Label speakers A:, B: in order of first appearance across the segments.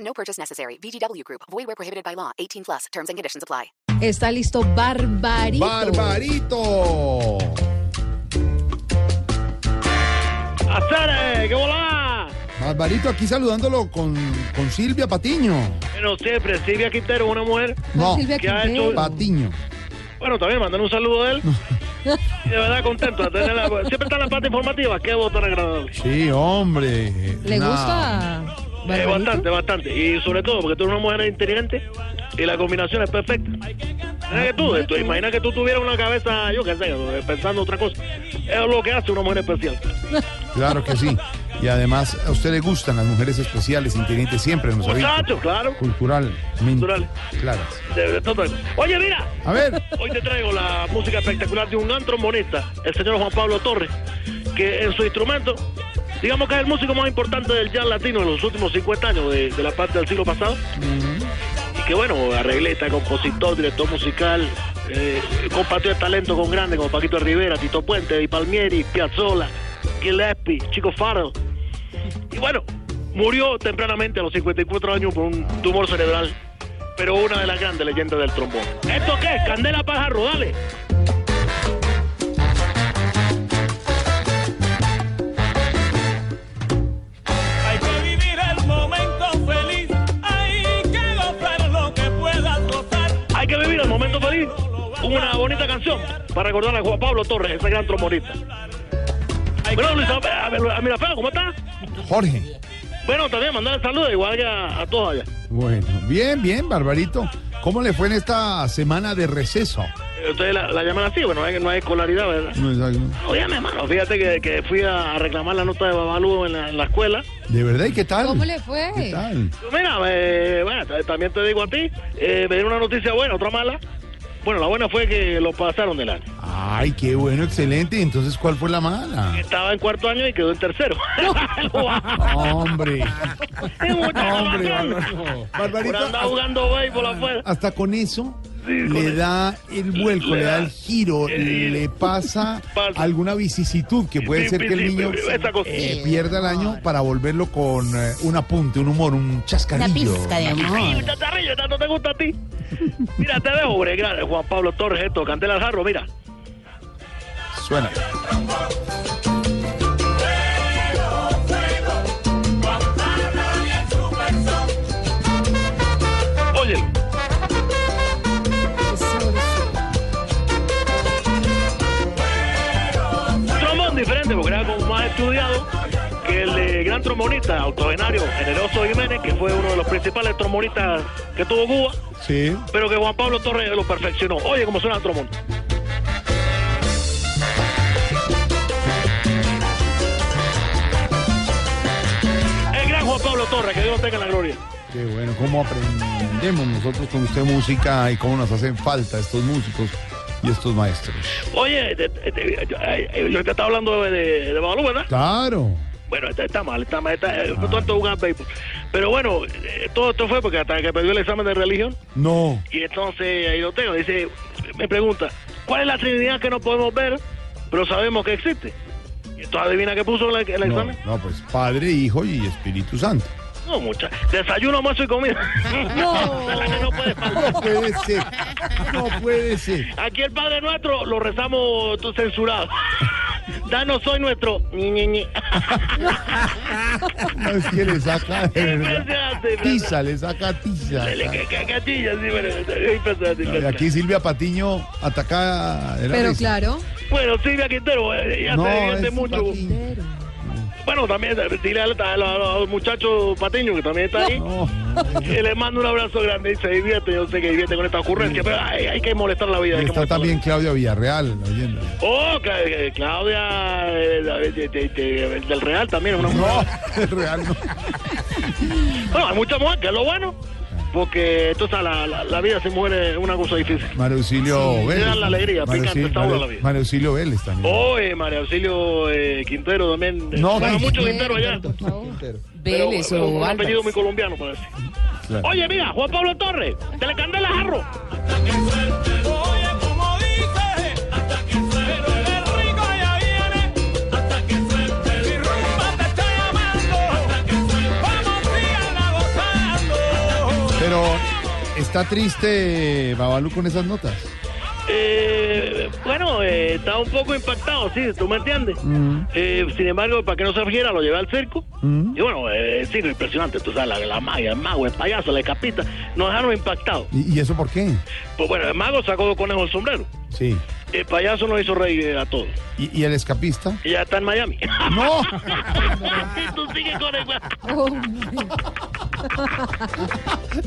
A: No purchase necessary. VGW Group. Void where prohibited by law. 18 plus. Terms and conditions apply.
B: Está listo Barbarito.
C: ¡Barbarito!
D: ¡Azare! ¡Qué volá!
C: Barbarito aquí saludándolo con, con Silvia Patiño.
D: Bueno, siempre, Silvia Quintero, una mujer.
C: No,
B: Silvia
D: ¿qué ha
B: Quintero.
D: hecho?
C: Patiño.
D: Bueno, también mandan un saludo a él. Y de verdad contento de tenerla. Siempre está en la parte informativa. Qué votar agradable.
C: Sí, hombre.
B: ¿Le
C: Nah.
B: gusta?
D: Eh,
B: Barbarito?
D: bastante, bastante. Y sobre todo porque tú eres una mujer inteligente y la combinación es perfecta. Imagina que tú, tú- imagina que tú tuvieras una cabeza, yo qué sé, pensando otra cosa. Es lo que hace una mujer especial.
C: Claro que sí. Y además, a usted le gustan las mujeres especiales, inteligentes, siempre nos ha visto.
D: Muchachos, claro.
C: Cultural.
D: Cultural.
C: Claras.
D: De- de todo. Oye, mira,
C: A ver,
D: Hoy te traigo la música espectacular de un gran trombonista, el señor Juan Pablo Torres, que en su instrumento, digamos que es el músico más importante del jazz latino en los últimos 50 años de, de la parte del siglo pasado. Y que bueno, arregleta, compositor, director musical, eh, compartió el talento con grandes como Paquito Rivera, Tito Puente, Di Palmieri, Piazzolla, Gillespie, Chico Farrell. Y bueno, murió tempranamente a los 54 años por un tumor cerebral. Pero una de las grandes leyendas del trombón. ¿Esto qué es? Candela Pájaro, dale.
E: Hay que vivir el momento feliz, hay que gozar lo que puedas gozar.
D: Hay que vivir el momento feliz. Una bonita canción para recordar a Juan Pablo Torres, ese gran trombonista. Bueno, Luis, a, a- a Mirafeo, ¿cómo estás?
C: Jorge.
D: Bueno, también mandar saludos igual que a, a todos allá.
C: Bueno, bien, bien, Barbarito. ¿Cómo le fue en esta semana de receso?
D: Eh, Ustedes la, la llaman así, bueno, no hay, no hay escolaridad, ¿verdad? Oye, mi hermano, fíjate que, que fui a reclamar la nota de Babalú en la, en la escuela.
C: ¿De verdad? ¿Y qué tal?
B: ¿Cómo le fue?
C: ¿Qué tal?
D: Mira, eh, bueno, t- también te digo a ti, eh, me dieron una noticia buena, otra mala. Bueno, la buena fue que lo pasaron del año.
C: Ay, qué bueno, excelente. ¿Y entonces cuál fue la mala?
D: Estaba en cuarto año y quedó en tercero.
C: Hombre.
D: Es mucha
C: Hombre, ah,
D: relación.
C: Barbarito.
D: Por
C: Barbarito,
D: andar jugando béisbol afuera.
C: hasta con eso
D: con
C: le
D: eso.
C: da el vuelco, le,
D: Le
C: da
D: da-
C: el giro, le pasa,
D: Pasa.
C: alguna vicisitud que puede
D: Sí,
C: ser
D: sí,
C: que el
D: sí,
C: niño
D: sí, esa cosa.
C: eh, pierda el año para volverlo con eh, un apunte, un humor, un chascarrillo.
B: pizca de
C: Una-
D: Ay, chacharrillo, tanto te gusta a ti. Mira, te dejo, hombre, gracias, Juan Pablo Torres, esto, Candela al Jarro, mira.
C: Suena.
D: Óyelo. Trombón diferente, porque era como más estudiado que el de gran trombonista, autogenario, generoso Jiménez, que fue uno de los principales trombonistas que tuvo Cuba,
C: Sí.
D: pero que Juan Pablo Torres lo perfeccionó. Oye, cómo suena el trombón. El gran Juan Pablo Torres, que Dios lo tenga en la gloria.
C: Qué bueno, cómo aprendemos nosotros con usted música y cómo nos hacen falta estos músicos y estos maestros.
D: Oye, te- te- te- yo- ay, ay, yo te estaba hablando de, de, de Babalú, ¿verdad?
C: Claro.
D: Bueno, está, está mal, está mal, está, eh, todo esto es jugar béisbol. Pero bueno, eh, todo esto fue porque hasta que perdió el examen de religión,
C: No.
D: y entonces ahí lo tengo, dice, me pregunta, ¿cuál es la trinidad que no podemos ver, pero sabemos que existe? Y entonces adivina qué puso en la- en el
C: No,
D: examen.
C: no, pues Padre, Hijo y Espíritu Santo.
D: No, mucha. Desayuno, almuerzo y comida.
B: No.
D: De la que no puede faltar.
C: No puede ser. No puede ser.
D: Aquí el Padre Nuestro lo rezamos censurado. Danos hoy nuestro... Ñi, Ñi, Ñi.
C: No es que le saca de verdad.
D: Impresionante,
C: Tiza, le saca tiza.
D: Que- que- que gatilla, sí, bueno, es impresionante,
C: Y
D: impresionante.
C: aquí Silvia Patiño ataca. de la
B: Pero
C: risa.
B: claro.
D: Bueno, Silvia Quintero, eh, ya
C: No,
D: se divierte
C: es
D: mucho.
C: Patiño.
D: Bueno, también eh, dile a, la- a la- a los muchachos Patiño, que también está ahí.
C: No.
D: que le mando un abrazo grande y se divierte. Yo sé que divierte con esta ocurrencia, pero hay, hay que molestar la vida.
C: Y
D: hay que
C: está
D: molestar la
C: también
D: vida.
C: Claudia Villarreal oyendo.
D: Oh, Cla- eh, Claudia eh, de- de- de- de- del Real también, una mujer.
C: No, Real no.
D: Bueno, hay mucha mujer, que es lo bueno. Porque entonces la, la, la vida sin mujer es una cosa difícil.
C: Mario Auxilio Vélez.
D: da la alegría,
C: Mario
D: picante,
C: Auxilio-
D: sabor a la
C: Mario-
D: vida. Oh,
C: Mario Auxilio Vélez también.
D: Oye, María Auxilio eh, Quintero también. eh,
C: No,
D: bueno,
C: no,
D: mucho
C: no,
D: Quintero allá.
B: Por favor.
D: Pero,
F: Vélez
D: pero
F: o
D: un apellido
F: Álvarez.
D: muy colombiano parece.
C: Claro.
D: Oye, mira, Juan Pablo Torres, te le candela jarro.
E: Oye, como dice, hasta que suene el rico ya viene, hasta que suene mi rumba te está llamando, hasta que suene, vamos la gozando.
C: Pero está triste Babalu con esas notas.
D: Eh, bueno, eh, estaba un poco impactado, sí, tú me entiendes. Eh, sin embargo, para que no se afligiera, lo llevé al circo. Y bueno, eh, sí, impresionante, tú sabes, la, la magia, el mago, el payaso, la escapita, nos dejaron impactados.
C: ¿Y, y eso por qué?
D: Pues bueno, el mago sacó dos conejos del sombrero.
C: Sí.
D: El payaso nos hizo reír a todos.
C: ¿Y, y el escapista?
D: Y ya está en Miami.
C: ¡No!
D: Y tú sigues con el...
B: Oh,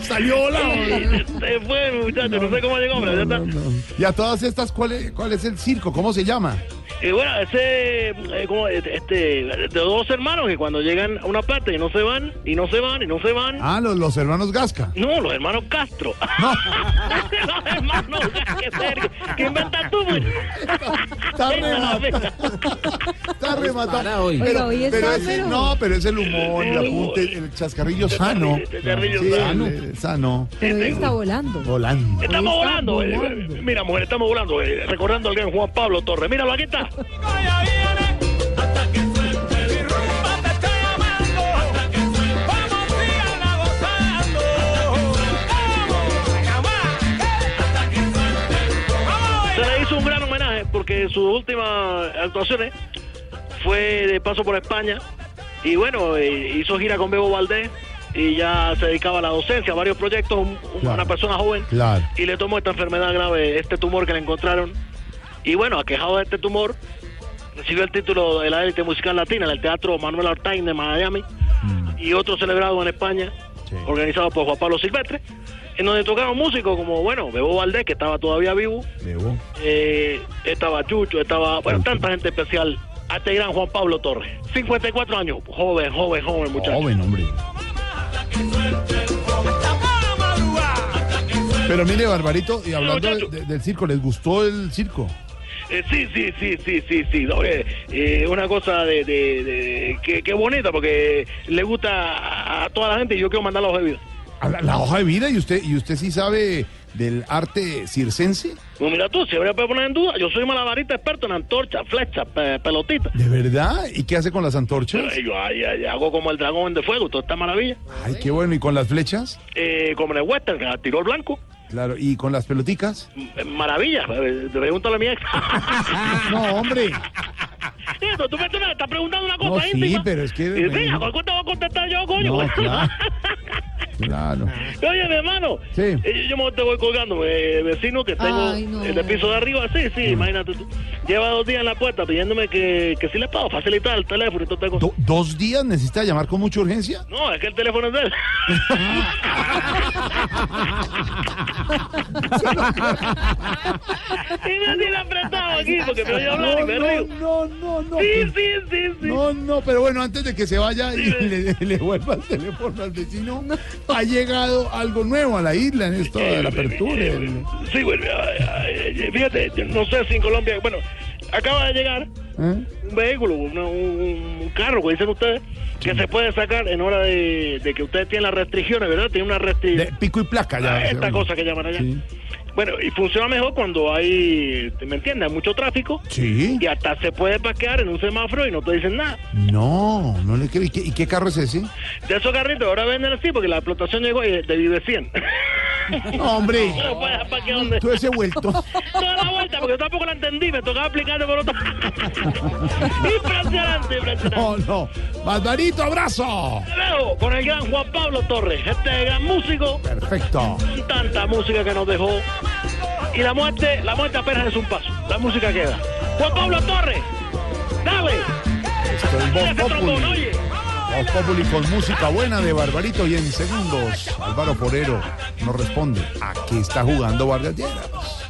C: ¡Salió volado!
D: Se fue, muchacho, no, sé cómo llegó, pero ya está.
C: Y a todas estas, ¿cuál es, cuál es el circo? ¿Cómo se llama?
D: Y bueno, ese, eh, como, eh, este, de dos hermanos que cuando llegan a una parte y no se van, y no se van, y no se van.
C: Ah, los, los hermanos Gasca.
D: No, los hermanos Castro. los hermanos Castro, qué serio. ¿Qué inventas tú, pues? güey?
B: Ah,
C: Está rematado.
D: pues
C: Está
F: para
C: rematado.
F: hoy.
B: Pero hoy está,
C: ese-
B: pero-
C: no, pero es el humor, el apunte, el chascarrillo sano.
D: El chascarrillo
C: Sí,
D: sano.
C: el- sano.
B: Pero él está volando.
C: Volando.
D: Estamos
B: Hoy está
D: volando. eh,
B: volando.
D: mira, mujer, estamos volando. eh, recordando al gran Juan Pablo Torres. Míralo, aquí está.
E: Rico ya viene, hasta que suene mi rumba te está llamando, hasta que suene, vamos la gozando. Vamos, hasta que suene, vamos.
D: Se le hizo un gran homenaje porque sus últimas actuaciones fue de paso por España. Y bueno, eh, hizo gira con Bebo Valdés y ya se dedicaba a la docencia, a varios proyectos, un- un-
C: Claro.
D: una persona joven.
C: Claro.
D: y le tomó esta enfermedad grave, este tumor que le encontraron. Y bueno, aquejado de este tumor, recibió el título de la élite musical latina en el Teatro Manuel Artain de Miami y otro celebrado en
C: Mm.
D: España,
C: Sí.
D: organizado por Juan Pablo Silvestre, en donde tocaron músicos como, bueno, Bebo Valdés, que estaba todavía vivo,
C: Debo.
D: eh, estaba Chucho, estaba, bueno, tanta gente especial, hasta el gran Juan Pablo Torres, 54 años, joven, joven, joven muchacho.
C: Joven, hombre. Pero mire, Barbarito, y hablando de- de- del circo, ¿les gustó el circo?
D: Eh, sí, sí, sí, sí, sí, sí. No, eh, eh, una cosa de, de- de- que, que bonita porque le gusta a, a toda la gente y yo quiero mandar los bebidos.
C: A La, la hoja de vida, ¿y usted, ¿y usted sí sabe del arte circense?
D: Pues mira tú, si habría que poner en duda, yo soy malabarista experto en antorcha, flecha, pe- pelotita.
C: ¿De verdad? ¿Y qué hace con las antorchas?
D: Eh, Yo ay, ay, hago como el dragón de fuego, toda esta maravilla.
C: Ay, qué bueno. ¿Y con las flechas?
D: Eh, como en el western, que tiró el blanco.
C: Claro. ¿Y con las peloticas?
D: Eh, Maravilla, Eh, pregúntale a mi ex.
C: No, hombre.
D: Eso, tú me, tú me estás preguntando una cosa
C: No, sí,
D: íntima.
C: pero es que-
D: Y sí, ¿a cuál te voy a contestar yo, coño?
C: No, claro. Claro.
D: Oye, mi hermano,
C: Sí.
D: eh, yo me te voy colgando, eh, vecino que tengo
B: Ay, no.
D: en el piso de arriba, sí,
C: Mm.
D: sí, imagínate tú. Lleva dos días en la puerta pidiéndome que, que si le pago facilitar el teléfono y toda esta cosa.
C: Do- ¿Dos días necesita llamar con mucha urgencia?
D: No, es que el teléfono es de él. y me así la apretado aquí porque me voy a hablar y me río.
C: no, no, no.
D: Sí, sí, sí, sí.
C: No, no, pero bueno, antes de que se vaya y le, le vuelva el teléfono al vecino, ha llegado algo nuevo a la isla en esto de Eh, la apertura. el-
D: eh, Sí, bueno, ay, ay, eh, fíjate, yo no sé si en Colombia, bueno, acaba de llegar
C: ¿eh?
D: un vehículo, una- un, un carro, como dicen ustedes, que se puede sacar en hora de, de que ustedes tienen las restricciones, ¿verdad? Tienen una
C: De
D: restricción. ah,
C: pico y placa ya.
D: esta cosa que llaman allá.
C: Sí.
D: Bueno, y funciona mejor cuando hay, ¿me entiendes? Hay mucho tráfico
C: Sí.
D: y hasta se puede parquear en un semáforo y no te dicen nada.
C: No, no le creo. ¿Y qué, y qué carro es ese?
D: De esos carritos ahora venden así porque la explotación llegó y te vive 100.
C: No, hombre.
D: No puedes dejar parquear donde...
C: Todo ese vuelto.
D: Toda la vuelta porque yo tampoco la entendí, me tocaba aplicarte por otra. impresionante, impresionante.
C: No, no. Barbarito, abrazo.
D: Te dejo con el gran Juan Pablo Torres, este gran músico
C: Perfecto.
D: con tanta música que nos dejó. Y la muerte, la muerte apenas es un paso. La música queda. Juan Pablo Torres, dale.
C: Esto es Voz
D: Ese trombón,
C: Populi.
D: oye.
C: Voz Populi con música buena de Barbarito y en segundos Álvaro Porero nos responde a qué está jugando Vargas Lleras.